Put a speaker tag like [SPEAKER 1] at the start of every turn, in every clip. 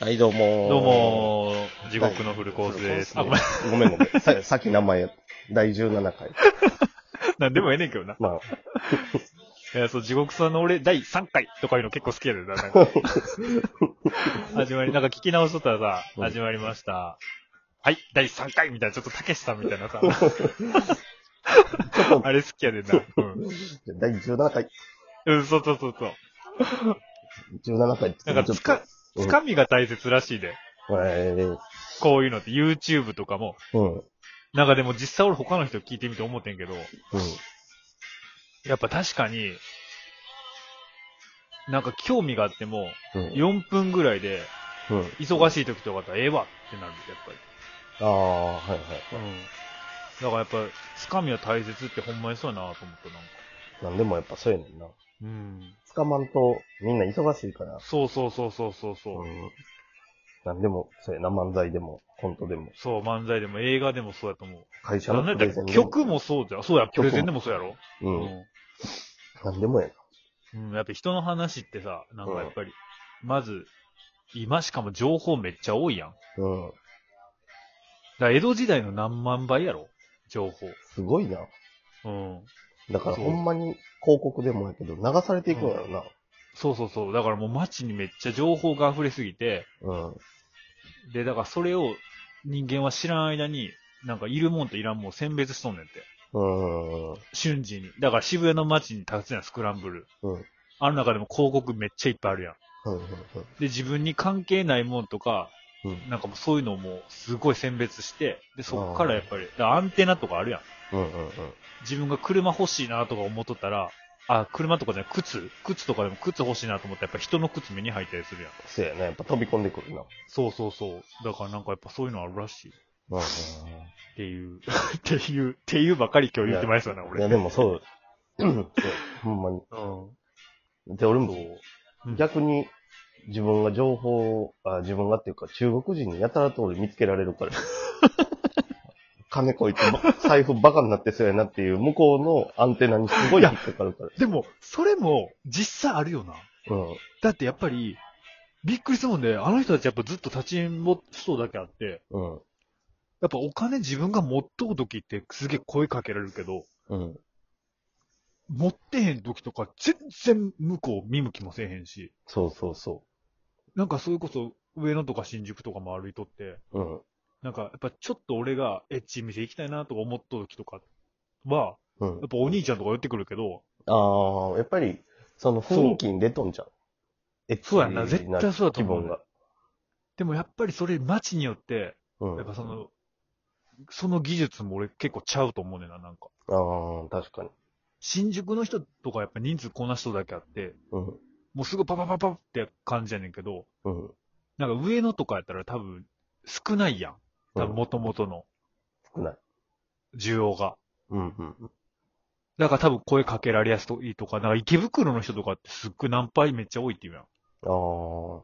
[SPEAKER 1] はい、どうもー
[SPEAKER 2] どうもー、地獄のフルコースです。あ、 ごめん。
[SPEAKER 1] ごめんごめん。 ささっき名前、第17回。
[SPEAKER 2] なんでもええねんけどな。
[SPEAKER 1] まあ、
[SPEAKER 2] いや、そう、地獄さんの俺、第3回とかいうの結構好きやでな、なん か。始まり、なんか聞き直しとったらさ、
[SPEAKER 1] うん
[SPEAKER 2] 始まりました。はい、第3回みたいな、ちょっとたけしさんみたいな さ、あれ好きやでな。うん。
[SPEAKER 1] 第17回、
[SPEAKER 2] うん、そうそうそうそう。
[SPEAKER 1] 17回って
[SPEAKER 2] なんかつか、
[SPEAKER 1] うん
[SPEAKER 2] つかみが大切らしいで。
[SPEAKER 1] えー
[SPEAKER 2] こういうのって、YouTube とかも。
[SPEAKER 1] うん、うん。
[SPEAKER 2] なんかでも実際俺他の人聞いてみて思ってんけど、やっぱ確かに、なんか興味があっても、
[SPEAKER 1] うん。
[SPEAKER 2] 4分ぐらいで、
[SPEAKER 1] うん。
[SPEAKER 2] 忙しい時とかだったらええわってなるんですよ、やっ
[SPEAKER 1] ああ、はいはい。
[SPEAKER 2] ぱり。うん。だからやっぱ、つかみは大切ってほんまにそうやなと思った、なんか。
[SPEAKER 1] なんでもやっぱそうやねんな。
[SPEAKER 2] うん。
[SPEAKER 1] 捕まんと、みんな忙しいから。
[SPEAKER 2] そうそうそうそうそうそう。
[SPEAKER 1] うん。なんでも、そうやな、漫才でも、コントでも、
[SPEAKER 2] そう、漫才でも映画でもそうやと思う。
[SPEAKER 1] 会社
[SPEAKER 2] な
[SPEAKER 1] の
[SPEAKER 2] ん
[SPEAKER 1] プ
[SPEAKER 2] だ
[SPEAKER 1] レ
[SPEAKER 2] っ
[SPEAKER 1] ゼ
[SPEAKER 2] た
[SPEAKER 1] ン
[SPEAKER 2] ら
[SPEAKER 1] で
[SPEAKER 2] 曲もそうじゃん。そうや、
[SPEAKER 1] 曲
[SPEAKER 2] プ
[SPEAKER 1] も
[SPEAKER 2] レゼンでもそうやろ。
[SPEAKER 1] う。
[SPEAKER 2] うん
[SPEAKER 1] なんでもやな。
[SPEAKER 2] ん。うん、やっぱ人の話ってさ、なんかやっぱり、まず、今しかも情報めっちゃ多いやん。だか
[SPEAKER 1] うん。
[SPEAKER 2] ら江戸時代の何万倍やろ情報。
[SPEAKER 1] すごいな。
[SPEAKER 2] うん。
[SPEAKER 1] だから
[SPEAKER 2] そう
[SPEAKER 1] ほんまに広告でもやけど、流されていくんやろな。
[SPEAKER 2] そうそうそう。だからもう街にめっちゃ情報が溢れすぎて、
[SPEAKER 1] うん。
[SPEAKER 2] で、だからそれを人間は知らん間に、なんかいるもんといらんもん選別しとんねんって。
[SPEAKER 1] うん。うん。
[SPEAKER 2] 瞬時に。だから渋谷の街に立つやん、スクランブル。
[SPEAKER 1] うん
[SPEAKER 2] あの中でも広告めっちゃいっぱいあるやん。
[SPEAKER 1] うん。
[SPEAKER 2] で、自分に関係ないもんとか、
[SPEAKER 1] うん。
[SPEAKER 2] なんかもうそういうのをもうすごい選別して、で、そこからやっぱり、だからアンテナとかあるやん。
[SPEAKER 1] うん。うん。うん。
[SPEAKER 2] 自分が車欲しいなとか思っとったら、あ、車とかじゃない、靴靴とかでも靴欲しいなと思ったら、やっぱ人の靴目に入ったりするやん。
[SPEAKER 1] そうやな。やっぱ飛び込んでくるな。
[SPEAKER 2] そうそうそう。だからなんかやっぱそういうのあるらしい。
[SPEAKER 1] うん。
[SPEAKER 2] っていう、 っていう、っていうばかり今日言ってますよね、
[SPEAKER 1] い
[SPEAKER 2] 俺。
[SPEAKER 1] や、でもそう。うんそうほんまに。
[SPEAKER 2] うん。
[SPEAKER 1] で、俺
[SPEAKER 2] そ
[SPEAKER 1] も
[SPEAKER 2] う。うん
[SPEAKER 1] 逆に、自分が情報をあ、自分がっていうか、中国人にやたらと俺見つけられるから。 金こいつ、財布バカになってそうやなっていう、向こうのアンテナにすごい引っかかるから。
[SPEAKER 2] でも、それも実際あるよな。
[SPEAKER 1] うん。
[SPEAKER 2] だってやっぱり、びっくりするもんで、あの人たちやっぱずっと立ちんぼそうだけあって、
[SPEAKER 1] うん。
[SPEAKER 2] やっぱお金自分が持っとう時ってすげえ声かけられるけど、
[SPEAKER 1] うん。
[SPEAKER 2] 持ってへん時とか全然向こう見向きもせえへんし、
[SPEAKER 1] そうそうそ
[SPEAKER 2] なんかそれこそ上野とか新宿とかも歩いとって、
[SPEAKER 1] う。うん。
[SPEAKER 2] なんかやっぱちょっと俺がエッチい店行きたいなとか思っとう時とかは、
[SPEAKER 1] うん
[SPEAKER 2] やっ。ぱお兄ちゃんとか寄ってくるけど、
[SPEAKER 1] ああ、やっぱり、その雰囲気に出とんじゃん。え、
[SPEAKER 2] そうやんな絶対そうだと思う
[SPEAKER 1] 気分が。
[SPEAKER 2] でもやっぱりそれ街によって、
[SPEAKER 1] うん。
[SPEAKER 2] やっぱその、その技術も俺結構ちゃうと思うねんな、なんか。
[SPEAKER 1] ああ、確かに。
[SPEAKER 2] 新宿の人とかやっぱ人数こんな人だけあって、
[SPEAKER 1] うん。
[SPEAKER 2] もうすぐパパパパって感じやねんけど、
[SPEAKER 1] うん。
[SPEAKER 2] なんか上野とかやったら多分少ないやん。多分元々の
[SPEAKER 1] 少ない。
[SPEAKER 2] 需要が。
[SPEAKER 1] うんうん。
[SPEAKER 2] だから多分声かけられやすいとか、なんか池袋の人とかってすっごいナンパめっちゃ多いって言うやん。
[SPEAKER 1] ああ。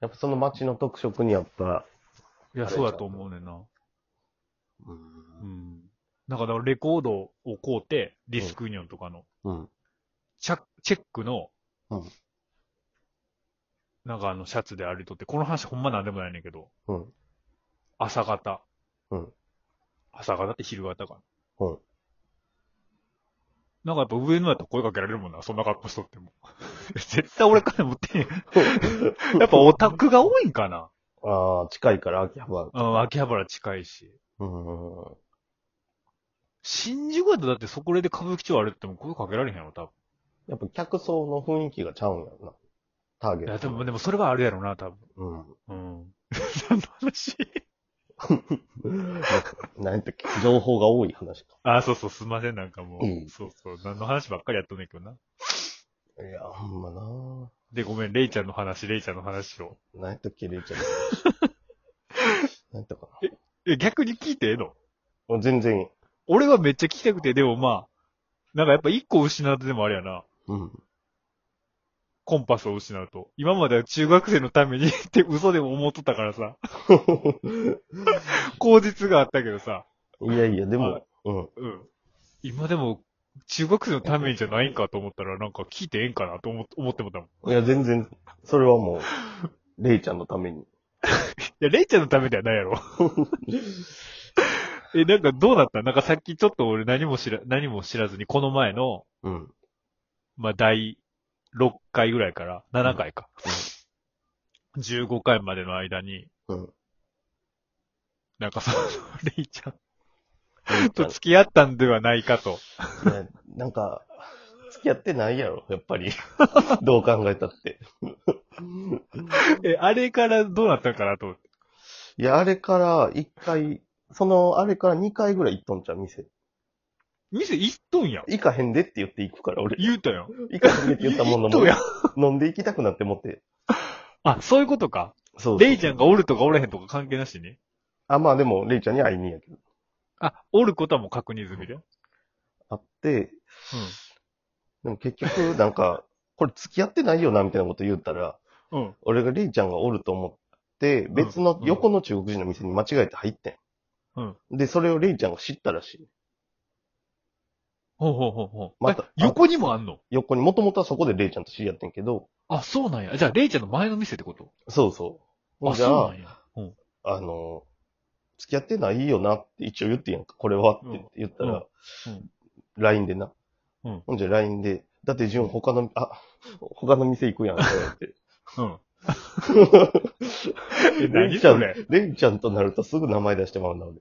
[SPEAKER 1] やっぱその街の特色にやっぱ、
[SPEAKER 2] いや、そうやと思うねんな。
[SPEAKER 1] う。
[SPEAKER 2] うんん。なんかだからレコードを買うて、ディスクユニオンとかの。
[SPEAKER 1] うん。
[SPEAKER 2] チャチェックの、
[SPEAKER 1] うん
[SPEAKER 2] なんかあの、シャツで歩いとって、この話ほんまなんでもないねんけど、
[SPEAKER 1] うん。
[SPEAKER 2] 朝方。
[SPEAKER 1] うん
[SPEAKER 2] 朝方って昼方かな。
[SPEAKER 1] うん
[SPEAKER 2] なんかやっぱ上のやったら声かけられるもんな、そんな格好しとっても。 絶対俺金持ってへん。 やっぱオタクが多いんかな。
[SPEAKER 1] ああ、近いから秋葉原。
[SPEAKER 2] うん、秋葉原近いし。
[SPEAKER 1] うん。
[SPEAKER 2] 新宿やったらだってそこで歌舞伎町歩いてても声かけられへんやろ、多分。
[SPEAKER 1] やっぱ客層の雰囲気がちゃうんやろな。ターゲッ
[SPEAKER 2] い
[SPEAKER 1] ト。
[SPEAKER 2] や、でも、でもそれはあるやろな、多分。
[SPEAKER 1] う
[SPEAKER 2] うん。 何の話
[SPEAKER 1] ん。 なんやったっけ情報が多い話か。
[SPEAKER 2] あ、そうそう、すいません、なんかもう。
[SPEAKER 1] うん
[SPEAKER 2] そうそう、何の話ばっかりやっとんねんけどな。
[SPEAKER 1] いや、ほんまなぁ。
[SPEAKER 2] で、ごめん、レイちゃんの話、レイちゃんの話を。
[SPEAKER 1] 何やったっけ、れいちゃん。 何やったか
[SPEAKER 2] え、逆に聞いてええの
[SPEAKER 1] な。全然いい。
[SPEAKER 2] 俺はめっちゃ聞きたくて、でもまあ、なんかやっぱ一個失うとでもあれやな。
[SPEAKER 1] うん。
[SPEAKER 2] コンパスを失うと。今までは中学生のために って嘘でも思っとったか らさ。口実があったけどさ。
[SPEAKER 1] いやいや、で
[SPEAKER 2] は
[SPEAKER 1] も、うん。
[SPEAKER 2] うん。今でも、中学生のためにじゃないんかと思ったら、なんか聞いてええんかなと思思ってもたもん。
[SPEAKER 1] いや、全然、それはもう、レイちゃんのために。
[SPEAKER 2] いや、レイちゃんのためではない やろ。え、なんかどうだったなんかさっきちょっと俺何も知ら、何も知らずに、この前の、
[SPEAKER 1] うん。
[SPEAKER 2] まあ、第6回ぐらいから、7回か。15回までの間に、
[SPEAKER 1] うん。
[SPEAKER 2] なんかその、 レイちゃんと付き合ったんではないかと。
[SPEAKER 1] ねなんか、付き合ってないやろ、やっぱ り。どう考えたって。
[SPEAKER 2] え、あれからどうなったんかなと思って。
[SPEAKER 1] いや、あれから一回、その、あれから二回ぐらい行っとんちゃう、店。
[SPEAKER 2] 店行っとんやん。
[SPEAKER 1] 行かへんでって言って行くから、俺。
[SPEAKER 2] 言うたやん。
[SPEAKER 1] 行かへんでって言ったもんの
[SPEAKER 2] 行っと
[SPEAKER 1] も
[SPEAKER 2] んやん。
[SPEAKER 1] ん、飲んで行きたくなって思って。
[SPEAKER 2] あ、そういうことか。
[SPEAKER 1] そう
[SPEAKER 2] レイちゃんがおるとかおらへんとか関係なしに。
[SPEAKER 1] あ、まあでも、レイちゃんに会いにやけど。
[SPEAKER 2] あ、おることはもう確認済みで。うん。
[SPEAKER 1] 会って、でも結局、なんか、これ付き合ってないよな、みたいなこと言ったら、
[SPEAKER 2] うん。
[SPEAKER 1] 俺がレイちゃんがおると思って、別の
[SPEAKER 2] うん
[SPEAKER 1] 横の中国人の店に間違えて入って
[SPEAKER 2] うんん。
[SPEAKER 1] で、それをレイちゃんが知ったらしい。
[SPEAKER 2] ほうほうほうほう。
[SPEAKER 1] また
[SPEAKER 2] え横にもあんの
[SPEAKER 1] 横に、もともとはそこでレイちゃんと知り合ってんけど、
[SPEAKER 2] あ、そうなんや。じゃあ、レイちゃんの前の店ってこと
[SPEAKER 1] そうそう。ほん
[SPEAKER 2] あ、
[SPEAKER 1] じ
[SPEAKER 2] そ
[SPEAKER 1] ゃ
[SPEAKER 2] う
[SPEAKER 1] あ
[SPEAKER 2] なん、や。うん。
[SPEAKER 1] あの、付き合ってないよなって一応言ってんやんか、これはっ
[SPEAKER 2] うん
[SPEAKER 1] て言ったら、
[SPEAKER 2] うん
[SPEAKER 1] LINE でな。
[SPEAKER 2] うん
[SPEAKER 1] ほんじゃ LINE で、だってジュン他の、あ、他の店行くやん、そうや って。
[SPEAKER 2] うん。
[SPEAKER 1] レ
[SPEAKER 2] え、何
[SPEAKER 1] イちゃ
[SPEAKER 2] そ
[SPEAKER 1] ん、
[SPEAKER 2] れ。
[SPEAKER 1] レイちゃんとなるとすぐ名前出してもらうんだ、俺。っ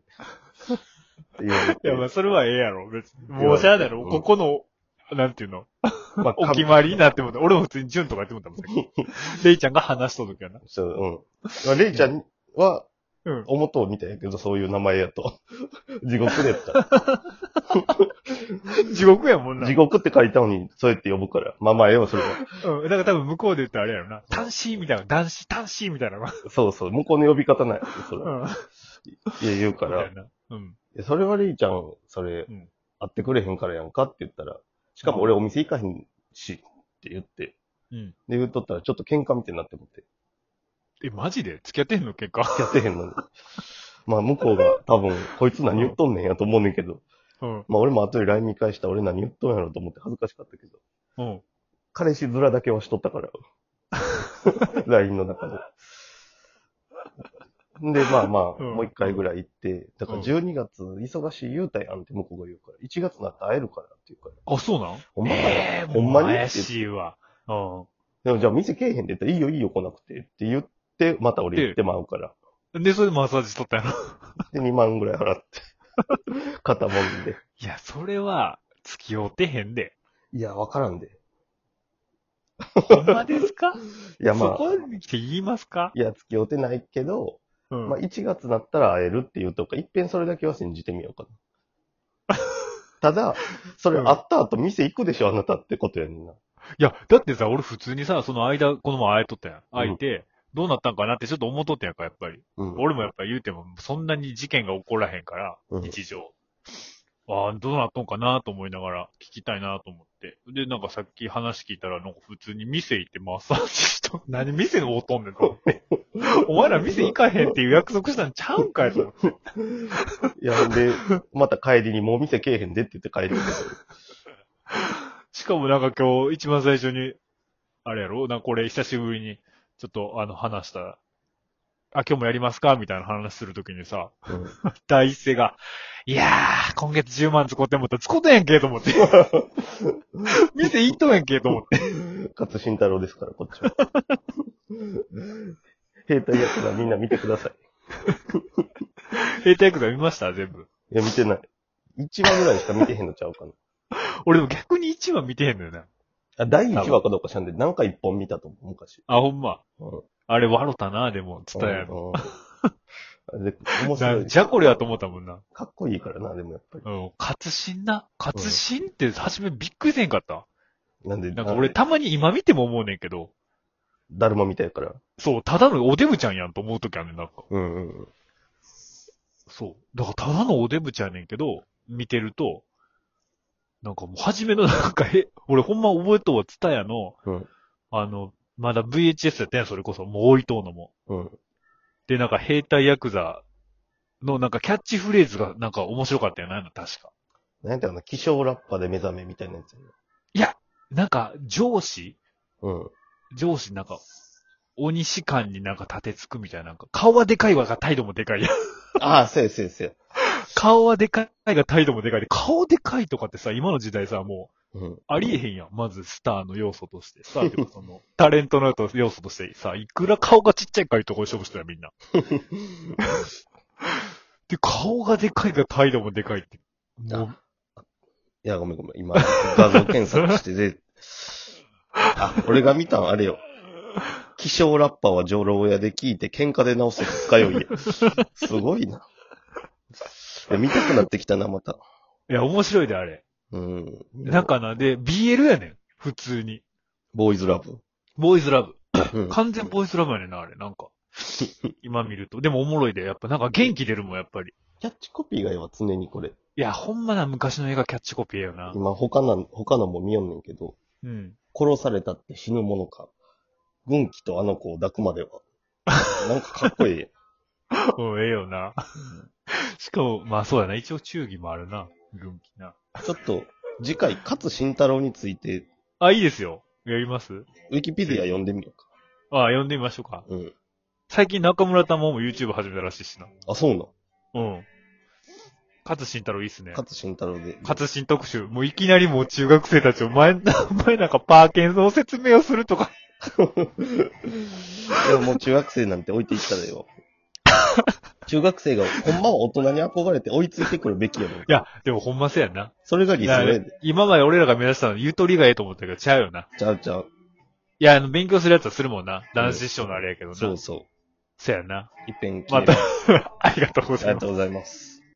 [SPEAKER 1] ていう
[SPEAKER 2] いや、まあ、それはええやろ。別に。
[SPEAKER 1] 言
[SPEAKER 2] も
[SPEAKER 1] わ
[SPEAKER 2] う
[SPEAKER 1] れ
[SPEAKER 2] しゃあないや
[SPEAKER 1] う
[SPEAKER 2] ろ。
[SPEAKER 1] ん
[SPEAKER 2] ここの、なんていうの
[SPEAKER 1] まあ
[SPEAKER 2] お決まりになってもうた俺も普通にジュンとかやってもうたもんさっき。 レイちゃんが話しとる時やな。
[SPEAKER 1] そう、うん。まあ、レイちゃんは、
[SPEAKER 2] うん。
[SPEAKER 1] 表を見たんやけど、そういう名前やと。 地獄でやった。
[SPEAKER 2] 地獄やもんな。
[SPEAKER 1] 地獄って書いたのに、そうやって呼ぶから。まあまあ、ええわ、それは。
[SPEAKER 2] うん。だから多分向こうで言ったらあれやろな。単身みたいな。男子、単身みたいな。
[SPEAKER 1] そうそう、向こうの呼び方ない。それ。
[SPEAKER 2] うん。
[SPEAKER 1] いや、言うか
[SPEAKER 2] みた
[SPEAKER 1] ら
[SPEAKER 2] い。な。うん。
[SPEAKER 1] いやそれはレイちゃん、それ、
[SPEAKER 2] うん
[SPEAKER 1] 会ってくれへんからやんかって言ったら、しかも俺お店行かへんし、って言って。
[SPEAKER 2] うん。
[SPEAKER 1] で、言っとったら、ちょっと喧嘩みたいになって思って。
[SPEAKER 2] え、マジで付き合ってんの結果。
[SPEAKER 1] やってへんのに。まあ、向こうが多分、こいつ何言っとんねんやと思うねんけど。
[SPEAKER 2] うん。
[SPEAKER 1] まあ、俺も後で LINE 見返したら俺何言っとんやろと思って恥ずかしかったけど。
[SPEAKER 2] うん。
[SPEAKER 1] 彼氏面だけはしとった から。LINE の中で。で、まあまあ、
[SPEAKER 2] うん
[SPEAKER 1] もう一回ぐらい行って、だから
[SPEAKER 2] うん
[SPEAKER 1] 12月忙しい言うたやんって向こうが言うから、1月になったら会えるからっていうから、
[SPEAKER 2] あ、そうなん
[SPEAKER 1] ほんまかよ
[SPEAKER 2] ええ
[SPEAKER 1] ほんまに
[SPEAKER 2] もう怪しいわ。うん。
[SPEAKER 1] でもじゃあ店けえへんで言ったら、いいよいいよ来なくてって言って、また俺行ってまうから。
[SPEAKER 2] で、それでマッサージしとったやろ。
[SPEAKER 1] で、2万ぐらい払って。肩もんで。
[SPEAKER 2] いや、それは、付き合うてへんで。
[SPEAKER 1] いや、わからんで。
[SPEAKER 2] ほんまですか
[SPEAKER 1] いや、
[SPEAKER 2] そ
[SPEAKER 1] まあ、
[SPEAKER 2] こに来て言いますか
[SPEAKER 1] いや、付き合うてないけど、
[SPEAKER 2] うん。
[SPEAKER 1] まあ、1月なったら会えるっていうとか、一遍それだけは信じてみようか な。ただ、それ会った後店行くでしょ、あなたってことやねんな。
[SPEAKER 2] いや、だってさ、俺普通にさ、その間、この前会えとったやん。会えて、どうなったんかなってちょっと思っとったやんか、やっぱり。
[SPEAKER 1] うん
[SPEAKER 2] 俺もやっぱ言うても、そんなに事件が起こらへんから、
[SPEAKER 1] うん
[SPEAKER 2] 日常。ああ、どうなっとんかなと思いながら、聞きたいなと思って。で、なんかさっき話聞いたら、なんか普通に店行ってマッサージしと、 何店におとんねんと思 って。お前ら店行かへんっていう約束したんちゃうんかいと思って。
[SPEAKER 1] いや、で、また帰りにもう店けえへんでって言って帰るけ
[SPEAKER 2] しかもなんか今日一番最初に、あれやろなんかこれ久しぶりに、ちょっとあの話した、あ、今日もやりますかみたいな話するときにさ、
[SPEAKER 1] ど。うん
[SPEAKER 2] 第一声が、いやー、今月10万使ってもったら使ってへんけと思 って。店行っとへんけと思って。
[SPEAKER 1] 勝慎太郎ですから、こっちは。 兵隊やつらみんな見てください。
[SPEAKER 2] 兵隊役座見ました全部。
[SPEAKER 1] いや、見てない。1話ぐらいしか見てへんのちゃうかな。
[SPEAKER 2] 俺でも逆に1話見てへんのよな。
[SPEAKER 1] あ、第1話かどうか知らんで、なんか1本見たと思う、昔。
[SPEAKER 2] あ、ほんま。
[SPEAKER 1] うん。
[SPEAKER 2] あれ、笑ったな、でも、伝えや
[SPEAKER 1] う
[SPEAKER 2] の。
[SPEAKER 1] んで、面白。
[SPEAKER 2] ない じゃこりゃと思ったもんな。
[SPEAKER 1] かっこいいからな、でもやっぱり。
[SPEAKER 2] うん。勝新な。勝新って初めびっくりせんかった。
[SPEAKER 1] なんで、
[SPEAKER 2] なんか俺、たまに今見ても思うねんけど、
[SPEAKER 1] だるまみたいから。
[SPEAKER 2] そう、ただのおデブちゃんやんと思うときあんねん、なんか。
[SPEAKER 1] うんうん。
[SPEAKER 2] そう。だからただのおデブちゃんやねんけど、見てると、なんかもう初めのなんか、え、俺ほんま覚えとうわ、ツタヤの、
[SPEAKER 1] うん
[SPEAKER 2] あの、まだ VHS やったやん、それこそ。もう置いとうのも。
[SPEAKER 1] うん。
[SPEAKER 2] で、なんか兵隊ヤクザのなんかキャッチフレーズがなんか面白かったよな、確か。
[SPEAKER 1] なんていうかな、気象ラッパで目覚めみたいなやつやな。
[SPEAKER 2] なんか、上司
[SPEAKER 1] うん。
[SPEAKER 2] 上司なんか、鬼士官になんか立てつくみたいな、なんか顔はでかいわが態度もでかいやん。
[SPEAKER 1] ああ、そうや、そうや、そう
[SPEAKER 2] 顔はでかいが態度もでかいで、顔でかいとかってさ、今の時代さ、もう、
[SPEAKER 1] や。うん。
[SPEAKER 2] ありえへんやん。まず、スターの要素として。さ、てかその、タレントの要素としてさ、いくら顔がちっちゃいかいうとこで勝負してたよ、みんな。で、顔がでかいが態度もでかいって。もう、
[SPEAKER 1] いや、ごめんごめん。今、画像検索してで、あ、俺が見たんあれよ。気象ラッパーは上老屋で聞いて喧嘩で直せ二日酔いや。すごいな。いや見たくなってきたな、また。
[SPEAKER 2] いや、面白いで、あれ。
[SPEAKER 1] うん。
[SPEAKER 2] なん、かな、で、BL やねん。普通に。
[SPEAKER 1] ボーイズラブ。
[SPEAKER 2] ボーイズラブ。
[SPEAKER 1] うん
[SPEAKER 2] 完全ボーイズラブやねんな、あれ。な んか。今見ると。でもおもろいで、やっぱなんか元気出るもん、やっぱり。
[SPEAKER 1] キャッチコピーが今常にこれ。
[SPEAKER 2] いや、ほんまな、昔の映画キャッチコピーやよな。
[SPEAKER 1] 今他の、他のも見よんねんけど、
[SPEAKER 2] うん。
[SPEAKER 1] 殺されたって死ぬものか。軍旗とあの子を抱くまでは。なんかかっこ いい。
[SPEAKER 2] うん、ええよな。 しかも、まあそうやな。一応忠義もあるな。軍記な。
[SPEAKER 1] ちょっと、次回、勝慎太郎について、
[SPEAKER 2] あ、いいですよ。やります
[SPEAKER 1] ウィキペディア読んでみようか。
[SPEAKER 2] あ、読んでみましょうか。
[SPEAKER 1] うん。
[SPEAKER 2] 最近中村たまも YouTube 始めたらしいしな。
[SPEAKER 1] あ、そうな。
[SPEAKER 2] うん。勝新太郎いいっすね。
[SPEAKER 1] 勝慎太郎で。
[SPEAKER 2] 勝新特集。もういきなりもう中学生たちを前、 前なんかパーケンの説明をするとか。
[SPEAKER 1] でももう中学生なんて置いていったら よ。中学生が、ほんまは大人に憧れて追いついてくるべきやろ。
[SPEAKER 2] いや、でもほんまそうやな。
[SPEAKER 1] それが理想や
[SPEAKER 2] いや
[SPEAKER 1] で。
[SPEAKER 2] 今まで俺らが目指したのゆとりがええと思ったけど、ちゃうよな。
[SPEAKER 1] ちゃうちゃう。
[SPEAKER 2] いや、あの、勉強するやつはするもんな。男子師匠のあれやけどな。
[SPEAKER 1] そうそう。
[SPEAKER 2] そうやな。
[SPEAKER 1] いっぺん聞いて
[SPEAKER 2] また、ありがとうご
[SPEAKER 1] あ
[SPEAKER 2] ざ
[SPEAKER 1] りが
[SPEAKER 2] います
[SPEAKER 1] と。うございます。